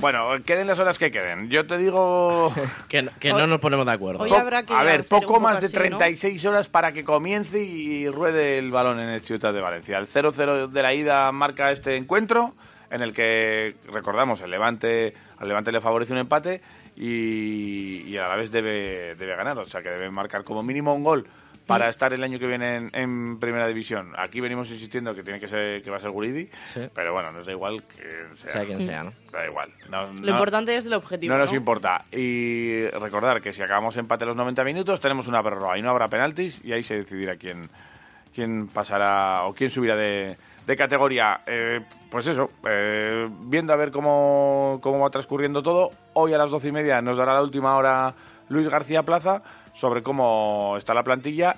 Bueno, queden las horas que queden. Yo te digo... Que, no- que no Hoy- nos ponemos de acuerdo. hoy Po- habrá que a hacer ver, un poco, poco más de así, ¿no? 36 horas para que comience y, y ruede el balón en el Ciudad de Valencia. El 0-0 de la ida marca este encuentro en el que recordamos el Levante al Levante le favorece un empate y, y a la vez debe, debe ganar, o sea que debe marcar como mínimo un gol para estar el año que viene en, en primera división. Aquí venimos insistiendo que tiene que ser que va a ser Guridi, Sí. pero bueno, nos da igual que sea, Sea quien sea, ¿no? da igual. No- Lo no- importante es el objetivo. no No, nos importa. Y recordar que si acabamos empate a los 90 minutos, tenemos una prórroga y no habrá penaltis y ahí se decidirá quién, quién pasará o quién subirá de, de categoría. Eh, pues eso, eh, viendo a ver cómo, cómo va transcurriendo todo. Hoy a las 12 y media nos dará la última hora Luis García Plaza sobre cómo está la plantilla.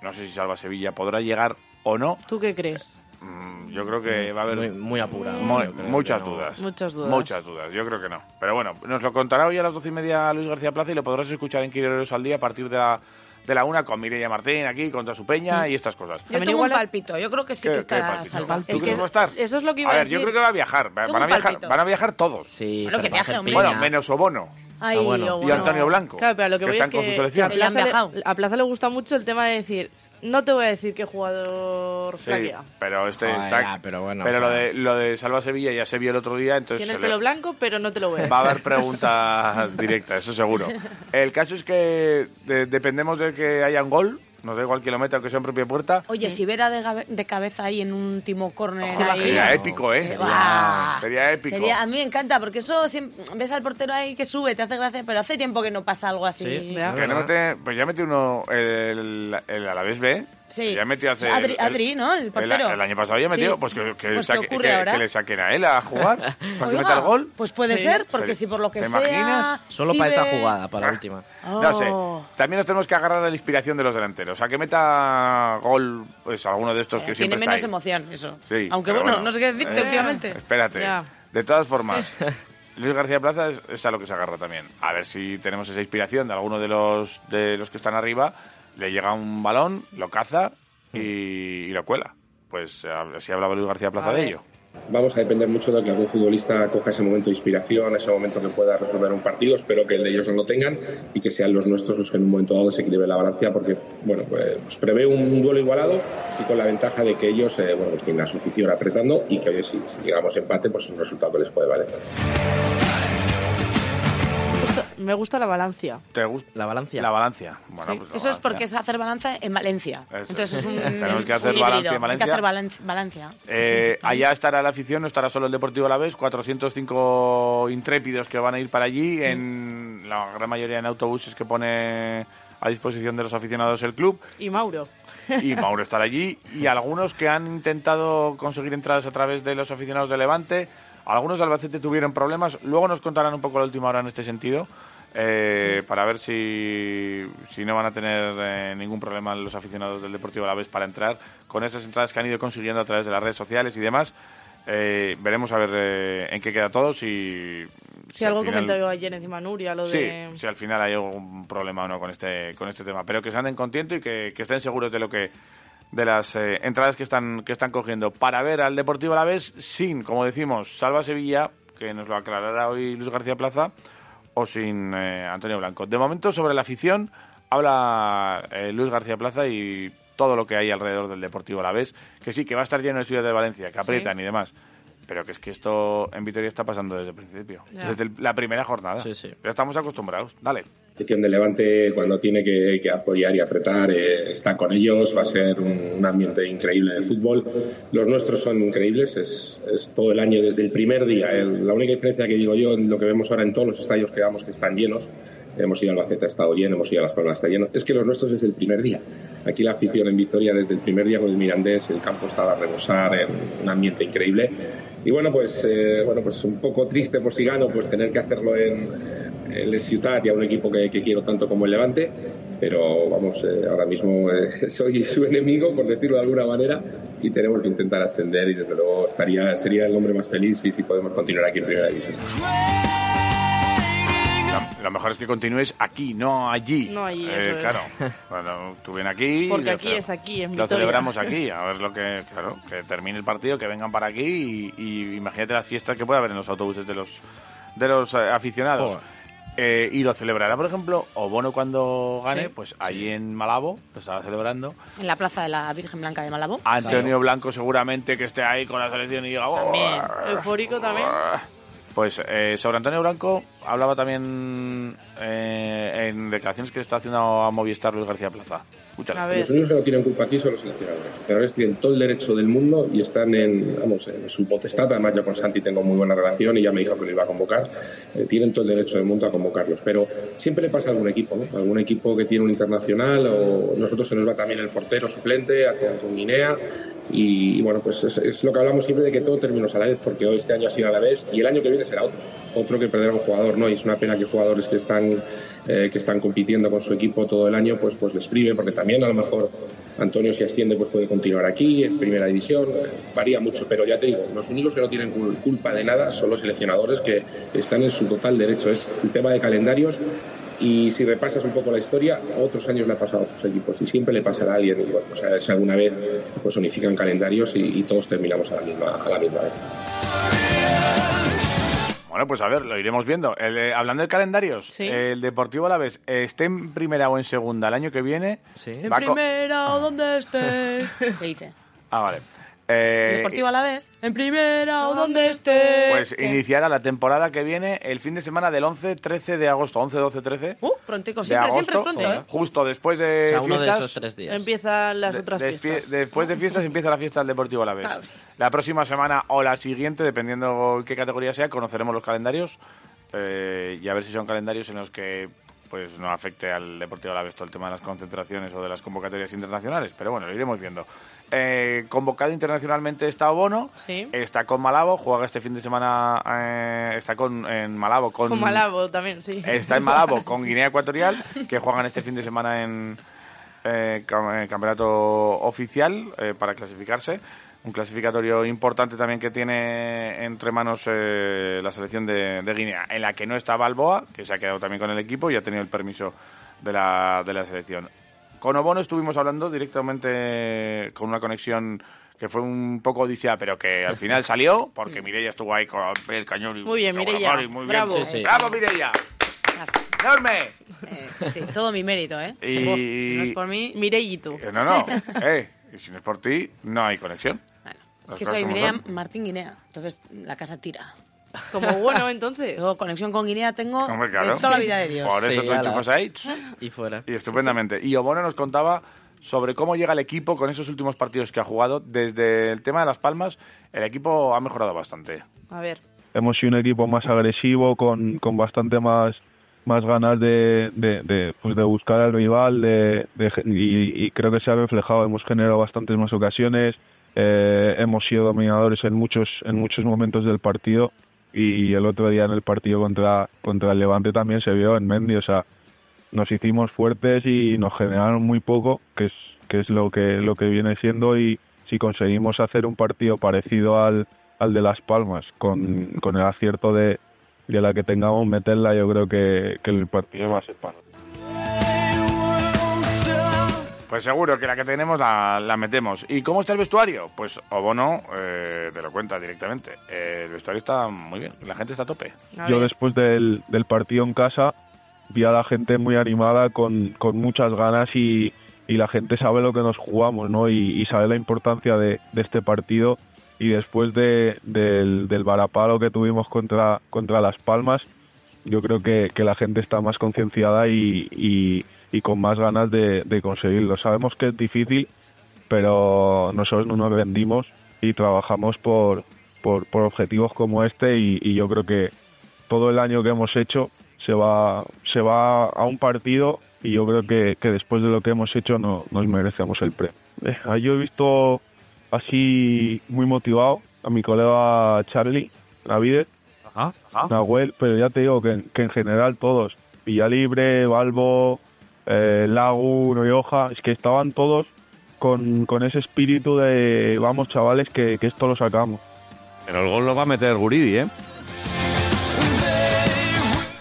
No sé si Salva Sevilla podrá llegar o no. ¿Tú qué crees? Mm, Yo creo que va a haber Muy, muy apurado. Mu- yo creo que muchas no. dudas. Muchas dudas. Muchas dudas, yo creo que no. Pero bueno, nos lo contará hoy a las doce y media Luis García Plaza y lo podrás escuchar en Quiroleros al día a partir de la, de la una con Mireia Martín aquí, contra su peña Mm. y estas cosas. Yo También tengo igual- un palpito. Yo creo que sí ¿Qué- que qué estará palpito? salvado. ¿Tú Es crees que va a estar? eso es lo que iba a a ver, yo decir. creo que va a viajar. Va- Tengo Van a un viajar, palpito. van a viajar todos. Sí, Bueno, que pero va a viaje, ser hombre. piña. Bueno, menos Obono Ay, Ah, bueno. oh, y Antonio Blanco. Claro, pero a lo que, voy están es con su que a selección. Que le han Plaza, viajado. le, a Plaza le gusta mucho el tema de decir, no te voy a decir qué jugador Sí, flaquea. pero este Joder, está. ya, pero bueno, lo, joder. de, lo de Salva Sevilla ya se vio el otro día, entonces. Tiene el se le- pelo blanco, pero no te lo voy a decir. Va a haber preguntas directas, eso seguro. El caso es que de- dependemos de que haya un gol. Nos da igual que lo meta, aunque sea en propia puerta. Oye, si Vera de, gabe- de cabeza ahí en un timo corner. Ojo, ahí, Sería no. épico, ¿eh? Buah. Sería épico. Sería- a mí me encanta, porque eso siempre- ves al portero ahí que sube, te hace gracia, pero hace tiempo que no pasa algo así. Sí. Ya. Que no mete- pues ya metió uno el, el Alavés B. Sí. Ya metió hace. Adri- el- Adri, ¿no? El portero. El, año pasado ya metió. Sí. Pues, que, que Pues, ¿qué saque- ocurre que- ahora? que le saquen a él a jugar. para que Oiga, meta el gol. Pues puede Sí. ser, porque Sí. si por lo que ¿Te sea. imaginas? Solo si para esa ve- jugada, para la Ah. última. No Oh. sé. También nos tenemos que agarrar a la inspiración de los delanteros. A que meta gol, pues alguno de estos que Eh, Tiene siempre está menos ahí. emoción, eso. Sí, Aunque pero bueno, no sé qué decirte Eh, últimamente. Espérate. Ya. De todas formas, Luis García Plaza es, es a lo que se agarra también. A ver si tenemos esa inspiración de alguno de los, de los que están arriba. Le llega un balón, lo caza y, y lo cuela. Pues a ver si hablaba Luis García Plaza A de ver. ello. Vamos a depender mucho de que algún futbolista coja ese momento de inspiración, ese momento que pueda resolver un partido. Espero que el de ellos no lo tengan y que sean los nuestros los que en un momento dado desequilibre la balanza, porque bueno, pues, pues prevé un duelo igualado y con la ventaja de que ellos eh, bueno, pues tengan su afición apretando y que oye, si, si llegamos a empate, pues es un resultado que les puede valer. Esto- me gusta la balancia. ¿Te gusta? La Valencia. La Valencia. Bueno, Sí. pues Eso la es Valencia. porque es hacer balanza en Valencia. Eso. Entonces es un. Tenemos es que un hacer híbrido. balance en Hay Valencia. que hacer balan- Valencia. Eh, allá estará la afición, no estará solo el Deportivo a la vez, 405 intrépidos que van a ir para allí, en la gran mayoría en autobuses que pone a disposición de los aficionados el club. Y Mauro. y Mauro estará allí y algunos que han intentado conseguir entradas a través de los aficionados de Levante. Algunos de Albacete tuvieron problemas. Luego nos contarán un poco la última hora en este sentido eh, para ver si, si no van a tener eh, ningún problema los aficionados del Deportivo a la vez para entrar con esas entradas que han ido consiguiendo a través de las redes sociales y demás. Eh, veremos a ver eh, en qué queda todo. Si, Si si al algo final- comentó yo ayer encima Nuria, lo Sí, de... si al final hay algún problema o no con este, con este tema. Pero que se anden contentos y que, que estén seguros de lo que de las eh, entradas que están, que están cogiendo para ver al Deportivo a la vez sin, como decimos, Salva Sevilla, que nos lo aclarará hoy Luis García Plaza, o sin eh, Antonio Blanco. De momento, sobre la afición, habla eh, Luis García Plaza y todo lo que hay alrededor del Deportivo a la vez, que sí, que va a estar lleno de ciudad de Valencia, que aprietan y demás. Pero que es que esto en Vitoria está pasando desde el principio, Ya. desde el- la primera jornada. Sí, sí. Ya estamos acostumbrados. Dale. selección de Levante cuando tiene que, que apoyar y apretar eh, está con ellos, va a ser un, un ambiente increíble de fútbol. Los nuestros son increíbles, es, es todo el año desde el primer día. El- la única diferencia que digo yo en lo que vemos ahora en todos los estadios que vamos que están llenos, hemos ido a Albacete, ha estado lleno, hemos ido a Las Palmas, está lleno, es que los nuestros es el primer día. Aquí la afición en Victoria desde el primer día con el Mirandés, el campo estaba a rebosar, en un ambiente increíble. Y bueno, pues eh, bueno, pues un poco triste por si gano, pues tener que hacerlo en, el eh, Les Ciutat y a un equipo que, que quiero tanto como el Levante, pero vamos, eh, ahora mismo eh, soy su enemigo, por decirlo de alguna manera, y tenemos que intentar ascender y desde luego estaría, sería el hombre más feliz si, si podemos continuar aquí en Primera División. Lo, lo mejor es que continúes aquí, no allí. No allí, Eh, eso es. Claro. Bueno, tú ven aquí. Porque lo aquí cele- es aquí, en Lo Vitoria. celebramos aquí, a ver lo que. Claro, que termine el partido, que vengan para aquí y, y imagínate las fiestas que puede haber en los autobuses de los, de los eh, aficionados. Joder. Eh, y lo celebrará, por ejemplo, Obono cuando gane, Sí, pues allí en Malabo, lo estará celebrando. En la plaza de la Virgen Blanca de Malabo. Antonio Claro. Blanco seguramente que esté ahí con la selección y diga... "Oh". También. Eufórico también. Pues eh, sobre Antonio Blanco hablaba también eh, en declaraciones que está haciendo a Movistar Luis García Plaza. Escúchale. A ver. Los únicos que no tienen culpa aquí son los seleccionadores. Los seleccionadores tienen todo el derecho del mundo y están en, vamos, en su potestad. Además, yo con Santi tengo muy buena relación y ya me dijo que lo iba a convocar. Eh, tienen todo el derecho del mundo a convocarlos. Pero siempre le pasa a algún equipo, ¿no? Algún equipo que tiene un internacional o nosotros se nos va también el portero suplente a- con, con Guinea. Y, y bueno, pues es, es lo que hablamos siempre de que todo terminó a la vez, porque hoy este año ha sido a la vez y el año que viene será otro. Otro que perderá un jugador, ¿no? Y es una pena que jugadores que están eh, que están compitiendo con su equipo todo el año, pues, pues les prive, porque también a lo mejor Antonio si asciende pues puede continuar aquí, en primera división, eh, varía mucho, pero ya te digo, los únicos que no tienen cul- culpa de nada son los seleccionadores que están en su total derecho. Es un tema de calendarios y si repasas un poco la historia, a otros años le ha pasado a otros equipos y siempre le pasará a alguien. Y bueno, pues, a ver si alguna vez pues unifican calendarios y, y todos terminamos a la misma, a la misma vez. Bueno, pues a ver, lo iremos viendo. El de- hablando de calendarios, Sí. el Deportivo Alavés eh, esté en primera o en segunda el año que viene. Sí. En va a co- primera o donde estés. Se dice. Ah, vale. Eh, El Deportivo a la vez. En primera o donde estés. Pues iniciará la temporada que viene el fin de semana del 11-13 de agosto. 11, 12, 13. Uh, prontico. de Siempre, siempre es agosto, pronto, ¿eh? Justo después O de sea, uno de fiestas. esos tres días. Empiezan las de- otras despi- fiestas. Después de fiestas empieza la fiesta del Deportivo a la vez. Claro, sí. La próxima semana o la siguiente, dependiendo qué categoría sea, conoceremos los calendarios eh, y a ver si son calendarios en los que pues no afecte al Deportivo a la vez todo el tema de las concentraciones o de las convocatorias internacionales. Pero bueno, lo iremos viendo. Eh, convocado internacionalmente está Obono, Sí. está con Malabo, juega este fin de semana, eh, está con, en Malabo con, Con Malabo también, sí. Está en Malabo con Guinea Ecuatorial, que juegan este fin de semana en eh, cam- eh, campeonato oficial eh, para clasificarse. Un clasificatorio importante también que tiene entre manos eh, la selección de, de Guinea, en la que no está Balboa, que se ha quedado también con el equipo y ha tenido el permiso de la, de la selección. Con Obono estuvimos hablando directamente con una conexión que fue un poco odisea, pero que al final salió, porque Mireia estuvo ahí con el cañón. Y Muy bien, bueno, Mireia. claro, y muy bien. Bravo. Sí, sí. ¡Bravo, Mireia! Gracias. ¡Enorme! Eh, sí, sí, todo mi mérito, ¿eh? Y- Supongo. Si no es por mí. Mirellito. Eh, No, no. Eh, y si no es por ti, no hay conexión. Bueno, es Las que cosas soy como Mireia son. Martín Guinea. Entonces la casa tira. Como bueno, entonces. Yo conexión con Guinea tengo Hombre, claro. de toda la vida de Dios. Por eso Sí, tú ala. enchufas ahí tss, Y fuera. y estupendamente. Y Obono nos contaba sobre cómo llega el equipo con esos últimos partidos que ha jugado. Desde el tema de Las Palmas, el equipo ha mejorado bastante. A ver. hemos sido un equipo más agresivo, con, con bastante más, más ganas de, de, de, pues de buscar al rival de, de ge- y, y creo que se ha reflejado, hemos generado bastantes más ocasiones, eh, hemos sido dominadores en muchos, en muchos momentos del partido y el otro día en el partido contra, contra el Levante también se vio en Mendy, o sea, nos hicimos fuertes y nos generaron muy poco, que es, que es lo, que, lo que viene siendo y si conseguimos hacer un partido parecido al, al de Las Palmas, con, con el acierto de, de la que tengamos meterla, yo creo que, que el partido va a ser para nosotros. Pues seguro que la que tenemos la, la metemos. ¿Y cómo está el vestuario? Pues Obono eh, te lo cuenta directamente. Eh, el vestuario está muy bien, la gente está a tope. A Yo ver. después del, del partido en casa vi a la gente muy animada, con, con muchas ganas y, y la gente sabe lo que nos jugamos, ¿no? Y, y sabe la importancia de, de este partido y después de, del, del varapalo que tuvimos contra, contra Las Palmas, yo creo que, que la gente está más concienciada y, y, y con más ganas de, de conseguirlo. Sabemos que es difícil, pero nosotros no nos vendimos y trabajamos por, por, por objetivos como este y, y yo creo que todo el año que hemos hecho se va, se va a un partido y yo creo que, que después de lo que hemos hecho no, nos merecemos el premio. Eh, yo he visto así muy motivado a mi colega Charlie Navides, Ajá, ajá. Nahuel, pero ya te digo que, en- que en general todos, Villalibre, Balbo, eh, Lagu, Rioja, es que estaban todos con, con ese espíritu de vamos chavales que, que esto lo sacamos. Pero el gol lo va a meter Guridi, ¿eh?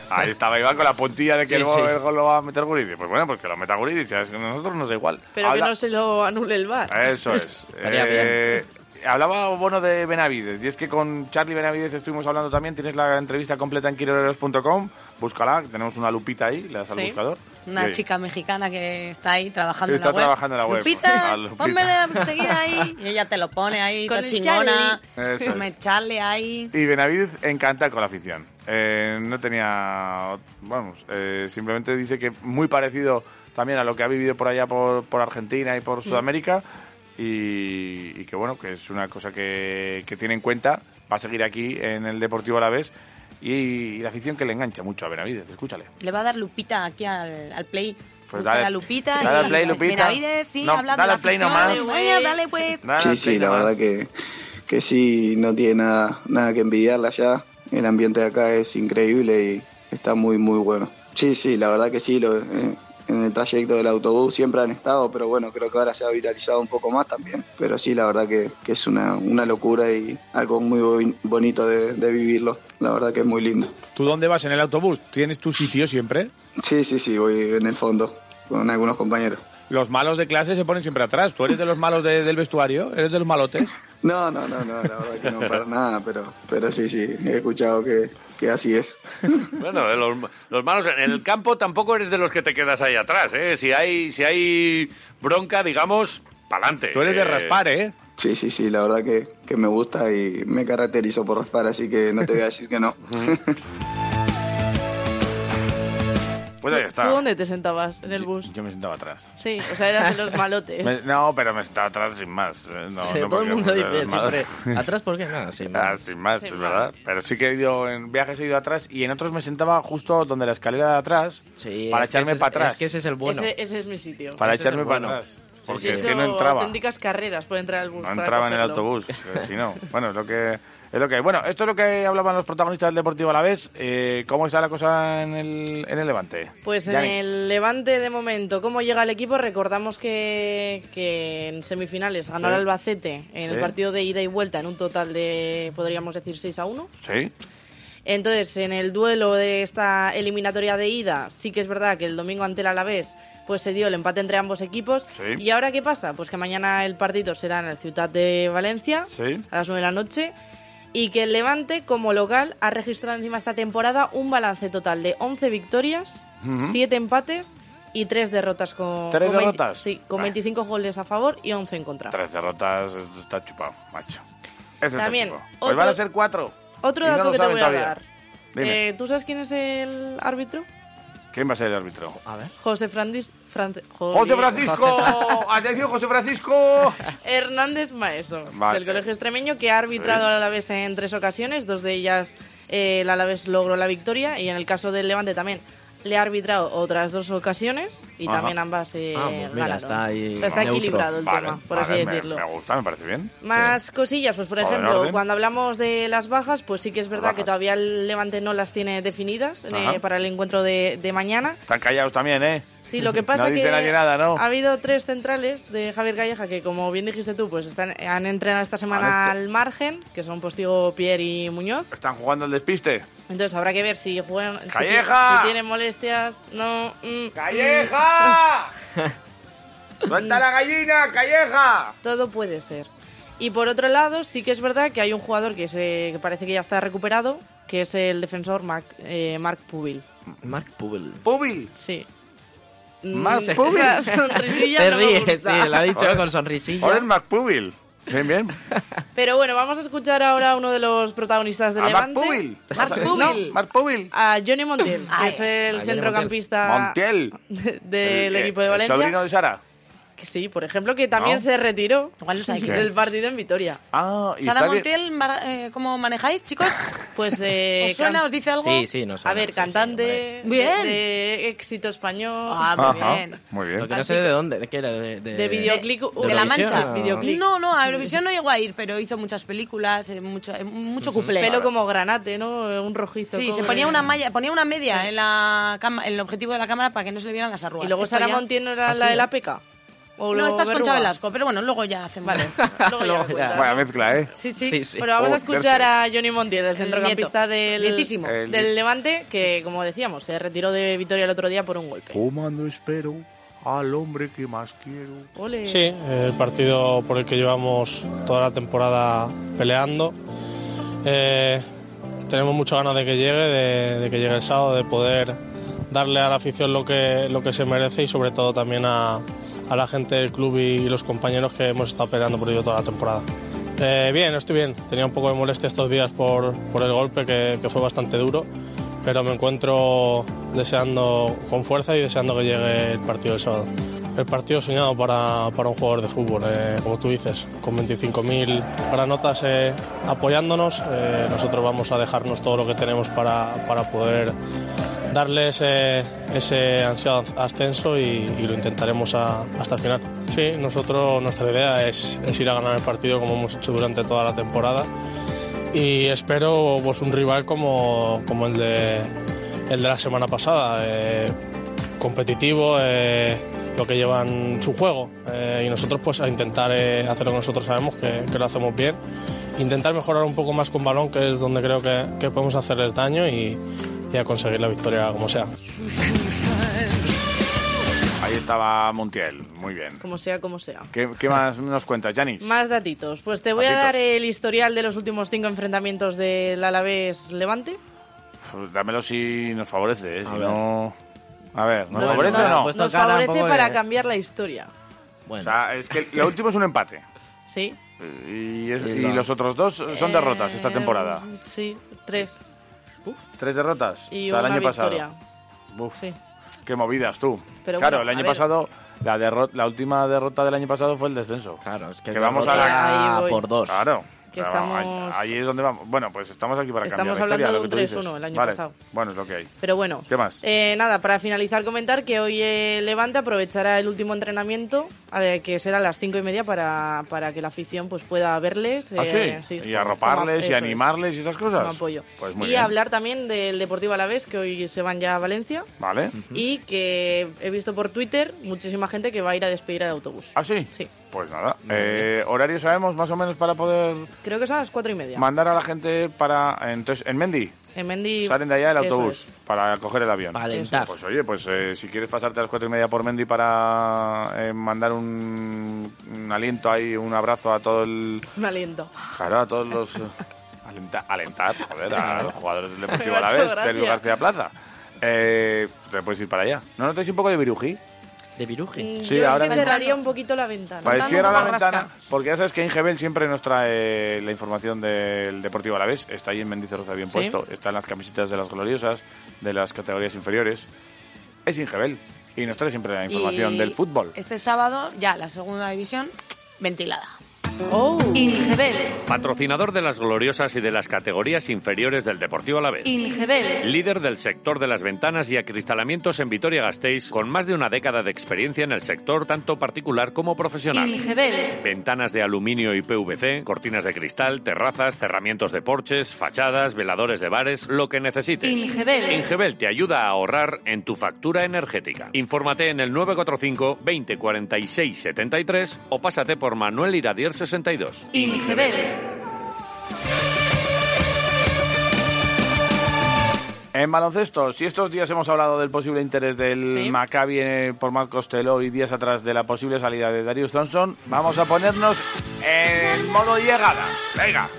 Ahí estaba Iván con la puntilla de que Sí, el, gol, sí. el gol lo va a meter Guridi. Pues bueno, pues que lo meta Guridi, si es que a nosotros nos da igual. Pero que Habla- no se lo anule el bar. Eso es. Estaría Eh, Hablaba Bono de Benavides, y es que con Charlie Benavides estuvimos hablando también. Tienes la entrevista completa en quiroleros.com. Búscala, que tenemos una lupita ahí, le das al Sí. buscador. Una Y oye, chica mexicana que está ahí trabajando Está en la web. trabajando en la web. Lupita, Ah, Lupita. pónmela seguida ahí. Y ella te lo pone ahí, Con con el chingona. Charlie. Eso Me es. echarle ahí. Y Benavides encanta con la afición. Eh, no tenía. Vamos, eh, simplemente dice que muy parecido también a lo que ha vivido por allá, por, por Argentina y por Sudamérica. Y, y que bueno, que es una cosa que, que tiene en cuenta. Va a seguir aquí en el Deportivo Alavés. Y, y la afición que le engancha mucho a Benavides, escúchale. Le va a dar Lupita aquí al, al play. Pues Busca dale. la Lupita. Dale y- al play, Lupita. Benavides, sí, No, habla de dale la al play afición. nomás. Venga, dale pues. Nada, Sí, sí, play la nomás. verdad que, que sí, no tiene nada, nada que envidiarla ya. El ambiente de acá es increíble y está muy, muy bueno. Sí, sí, la verdad que sí, lo- eh, en el trayecto del autobús siempre han estado, pero bueno, creo que ahora se ha viralizado un poco más también. Pero sí, la verdad que, que es una, una locura y algo muy boi- bonito de, de vivirlo. La verdad que es muy lindo. ¿Tú dónde vas en el autobús? ¿Tienes tu sitio siempre? Sí, sí, sí, voy en el fondo con algunos compañeros. Los malos de clase se ponen siempre atrás. ¿Tú eres de los malos de- del vestuario? ¿Eres de los malotes? No, no, no, no, la verdad que no, para nada, pero, pero sí, sí, he escuchado que, que así es. Bueno, de los, los malos en el campo tampoco eres de los que te quedas ahí atrás, ¿eh? Si hay, si hay bronca, digamos, pa'lante. Tú eres de Eh, raspar, ¿eh? Sí, sí, sí, la verdad que, que me gusta y me caracterizo por raspar, así que no te voy a decir que no. Pues ahí está. ¿Tú dónde te sentabas en el bus? Yo me sentaba atrás. Sí, o sea, eras de los malotes. Me- no, pero me sentaba atrás sin más. eh, No, Sí, no todo el porque mundo fuera dice malo. siempre, ¿atrás por qué? Nada, sí, Ah, nada. sin más, Sin es más. verdad. Pero sí que he ido en viajes he ido atrás y en otros me sentaba justo donde la escalera de atrás Sí, para es que echarme ese- para atrás. Es que ese es el bueno. ese, ese es mi sitio. para ese es el echarme bueno. para atrás. Sí, Porque sí. He es que hecho no entraba. auténticas carreras por entrar al bus. No para entraba en el cogerlo. autobús, eh, si no. Bueno, es lo que es lo que hay. Bueno, esto es lo que hablaban los protagonistas del Deportivo a la vez. Eh, ¿Cómo está la cosa en el, en el Levante? Pues en Yannick. el Levante de momento, ¿cómo llega el equipo? Recordamos que, que en semifinales ganó Sí. el Albacete en Sí. el partido de ida y vuelta en un total de, podríamos decir, 6 a 1. Sí, Entonces, en el duelo de esta eliminatoria de ida, sí que es verdad que el domingo ante el Alavés pues se dio el empate entre ambos equipos. Sí. ¿Y ahora qué pasa? Pues que mañana el partido será en la ciudad de Valencia sí. a las 9 de la noche y que el Levante como local ha registrado encima esta temporada un balance total de 11 victorias, 7 empates y 3 derrotas con ¿Tres con veinte- derrotas? sí, con Vale. 25 goles a favor y 11 en contra. Tres derrotas, esto está chupado, macho. Eso También, está chupado. Pues otro- van a ser cuatro. Otro Y no dato lo que te saben voy todavía. a dar. Dime, Eh, ¿Tú sabes quién es el árbitro? ¿quién va a ser el árbitro? A ver. José Frandis, France- ¡José joder. Francisco! ¡Atención, José Francisco! Hernández Maeso, Vale. del Colegio Extremeño, que ha arbitrado Sí. al Alavés en tres ocasiones, dos de ellas eh, el Alavés logró la victoria y en el caso del Levante también le ha arbitrado otras dos ocasiones y Ajá. también ambas eh, Ah, pues mira, ganaron. está ahí O sea, está neutro. equilibrado el Vale, tema, por vale, así me- decirlo. Me, gusta, me parece bien. Más cosillas, pues por Todo en ejemplo, orden. cuando hablamos de las bajas, pues sí que es verdad Bajas. que todavía el Levante no las tiene definidas eh, Ajá. para el encuentro de, de mañana. Están callados también, ¿eh? Sí, lo que pasa No que dice nadie nada, ¿no? ha habido tres centrales de Javier Calleja que, como bien dijiste tú, pues están, han entrenado esta semana Vale, al margen, que son Postigo, Pierre y Muñoz. Están jugando el despiste. Entonces habrá que ver si juegan, si, ¡Calleja! ti- si tienen molestias, no. mm, ¡Calleja! ¡Suelta la gallina, Calleja! mm, todo puede ser. Y por otro lado, sí que es verdad que hay un jugador que, se, que parece que ya está recuperado, que es el defensor Marc eh, Marc Pubil. Mark Pubel. ¡Pubil! Sí. Más Mm, esa sonrisilla Se no me ríe, gusta. sí, lo ha dicho Joder. con sonrisilla. Oren McPubil. Bien, bien. Pero bueno, vamos a escuchar ahora a uno de los protagonistas de ¿A Marc Levante. Pubil? Marc ¿Vas a- Pubil. no, Marc Pubil. A Johnny Montiel, que Ay. Ah, es el A Johnny centrocampista Montiel. del eh, equipo de el Valencia. sobrino de Sara. Que sí, por ejemplo, que también No. se retiró Igual los hay que del partido en Vitoria. Ah, y Sara está bien. Montiel, mar- eh, ¿cómo manejáis, chicos? Pues eh, ¿Os suena? can- ¿Os dice algo? Sí, sí, no sé. A ver, sí, sí, cantante hombre. Bien. De, de éxito español. Ah, muy Ajá, bien. muy hombre. Lo bien. que no sé de dónde, de qué era, de... De, De videoclip- de La Eurovisión, Mancha. ¿o? Videoclip. No, no, a Eurovisión no llegó a ir, pero hizo muchas películas, eh, mucho, eh, mucho cuplé. Pelo como granate, ¿no? Un rojizo. Sí, se cobre. ponía una malla, ponía una media en la cama- en el objetivo de la cámara para que no se le vieran las arrugas. Y luego Esto Sara ya- Montiel no era ¿Ah, la sí? de la PK. O No, lo estás con verruga. Chabelasco, pero bueno, luego ya hacemos. Vale, luego ya me Luego ya. cuentas. Buena mezcla, ¿eh? Sí, sí. Sí, sí. Bueno, vamos Oh, a escuchar a Johnny Montiel, el centrocampista nieto. del, Nietísimo. El del nie- Levante, que, como decíamos, se retiró de Vitoria el otro día por un golpe. Fumando espero al hombre que más quiero. Ole. Sí, el partido por el que llevamos toda la temporada peleando. Eh, tenemos muchas ganas de que llegue, de, de que llegue el sábado, de poder darle a la afición lo que, lo que se merece y sobre todo también a, a la gente del club y, y los compañeros que hemos estado peleando por ello toda la temporada. Eh, bien, estoy bien. Tenía un poco de molestia estos días por, por el golpe que, que fue bastante duro, pero me encuentro deseando con fuerza y deseando que llegue el partido del sábado. El partido soñado para, para un jugador de fútbol, eh, como tú dices, con 25.000 granotas eh, apoyándonos, eh, nosotros vamos a dejarnos todo lo que tenemos para, para poder darle ese, ese ansiado ascenso y, y lo intentaremos a- hasta el final. Sí, nosotros, nuestra idea es, es ir a ganar el partido como hemos hecho durante toda la temporada y espero pues, un rival como, como el, de, el de la semana pasada, eh, competitivo, eh, lo que llevan su juego eh, y nosotros pues a intentar eh, hacer lo que nosotros sabemos que, que lo hacemos bien. Intentar mejorar un poco más con balón, que es donde creo que, que podemos hacerles daño y, y a conseguir la victoria como sea. Ahí estaba Montiel, muy bien. Como sea, como sea. ¿Qué, qué más nos cuentas, Janis? Más datitos. Pues te voy Datitos. a dar el historial de los últimos cinco enfrentamientos del Alavés Levante. Pues dámelo si nos favorece, ¿eh? si no... A ver, ¿nos No, favorece o no, no? pues- Nos toca ahora un favorece poco para que- cambiar la historia. O Bueno, sea, es que lo último es un empate. Sí. Y, es- Y y la- los otros dos son Eh, derrotas esta temporada. Sí, tres. ¿Tres derrotas? Y O sea, el una año victoria. pasado. Uf, Sí. Qué movidas tú. Pero claro, bueno, el a año ver. pasado, la, derro- la última derrota del año pasado fue el descenso. claro, es que, que vamos a la- Ahí voy. por dos. Claro. Que Pero estamos- ahí- Ahí es donde vamos. Bueno, pues estamos aquí para cambiar Estamos la historia, hablando lo de que un tú dices. 3-1 el año Vale. pasado. Bueno, es lo que hay. Pero bueno. ¿Qué más? eh, nada, para finalizar comentar que hoy eh, Levante aprovechará el último entrenamiento, a ver, que será a las cinco y media, para, para que la afición pues pueda verles. ¿Ah, eh, sí? sí, Y como- arroparles como- y eso es, animarles y esas cosas. como apoyo. Pues y muy bien. hablar también del Deportivo Alavés, que hoy se van ya a Valencia. Vale. Y que he visto por Twitter muchísima gente que va a ir a despedir al autobús. ¿Ah, sí? Sí. Pues nada. Eh, horario sabemos más o menos para poder Creo que son a las cuatro y media. mandar a la gente para... Entonces, en Mendy. en Mendy. Salen de allá del Eso autobús es. para coger el avión. Para alentar. Pues oye, pues eh, si quieres pasarte a las cuatro y media por Mendy para eh, mandar un, un aliento ahí, un abrazo a todo el... Un aliento. Claro, a todos los... eh, alenta- alentar, joder, a los jugadores del Deportivo Me ha hecho Alavés, gracia. del García Plaza. Eh, te puedes ir para allá. ¿No notáis un poco de virují? De Viruji. Mm, Sí, Yo ahora sí mismo. cerraría un poquito la ventana. Vale, Notando cierra un la poco rasca. ventana, porque ya sabes que Ingebel siempre nos trae la información del Deportivo Alavés. Está ahí en Mendizorroza bien Sí. puesto, está en las camisetas de las gloriosas, de las categorías inferiores. Es Ingebel y nos trae siempre la información Y del fútbol. Este sábado, ya la segunda división, ventilada. Oh. Ingebel, Patrocinador de las gloriosas y de las categorías inferiores del Deportivo Alavés. Ingebel. Líder del sector de las ventanas y acristalamientos en Vitoria-Gasteiz, con más de una década de experiencia en el sector tanto particular como profesional. Ingebel. Ventanas de aluminio y PVC, cortinas de cristal, terrazas, cerramientos de porches, fachadas, veladores de bares, lo que necesites. Ingebel. Ingebel te ayuda a ahorrar en tu factura energética. Infórmate en el 945 20 46 73 o pásate por Manuel Iradier 62. Ingebel. En baloncesto, si estos días hemos hablado del posible interés del Sí. Maccabi eh, por Marc Costello y días atrás de la posible salida de Darius Thompson, vamos a ponernos en modo llegada. Venga.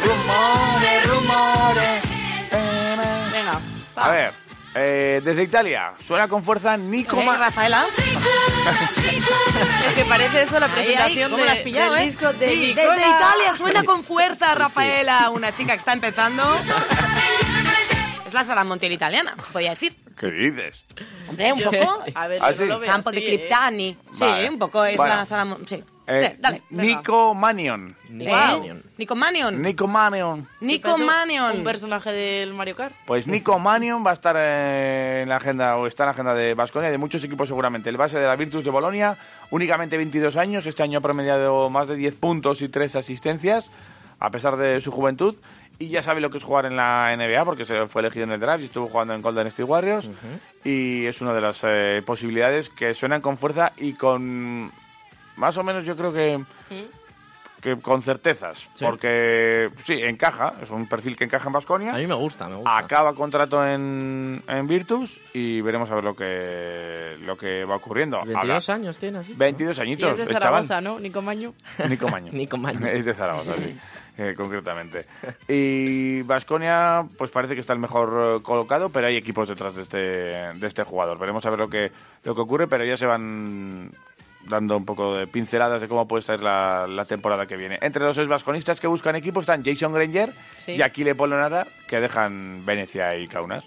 Rumores, rumores. Venga. pa. A ver, Eh, desde Italia, suena con fuerza Nico Ma- Rafaela? Es que parece eso la Ahí, presentación ahí, ¿cómo de- la has pillado, del eh? disco de Sí, Nicola. Desde Italia suena con fuerza Rafaela, una chica que está empezando. Es la Sara Montiel italiana, se podía decir. ¿Qué dices? Hombre, un poco. A ver, ¿Ah, yo no sí? lo veo Campo así, ¿eh? de Criptani. Sí, Vale. un poco es Bueno. la Sara Mon- Sí. Eh, Sí, Dale. Nico Manion. Eh, Nico Manion. Nico Manion. Nico Un Manion. personaje del Mario Kart. Pues Nico Manion va a estar eh, en la agenda o está en la agenda de Vasconia y de muchos equipos seguramente. El base de la Virtus de Bolonia, únicamente 22 años, este año ha promediado más de 10 puntos y 3 asistencias, a pesar de su juventud. Y ya sabe lo que es jugar en la NBA porque se fue elegido en el draft y estuvo jugando en Golden State Warriors. Y es una de las eh, posibilidades que suenan con fuerza y con más o menos yo creo que que con certezas, Sí. porque sí, encaja, es un perfil que encaja en Vasconia. A mí me gusta, me gusta. Acaba contrato en, en Virtus y veremos a ver lo que, lo que va ocurriendo. 22 Habla- años tiene así. 22 Y añitos, es de el chaval. Zaragoza, ¿no? Nico Maño. Nico Maño. Nico Maño. Es de Zaragoza, sí, eh, concretamente. Y Vasconia, pues parece que está el mejor eh, colocado, pero hay equipos detrás de este, de este jugador. Veremos a ver lo que, lo que ocurre, pero ya se van dando un poco de pinceladas de cómo puede ser la, la temporada que viene. Entre los seis vasconistas que buscan equipo están Jason Granger Sí. y Aquile Polonara, que dejan Venecia y Kaunas.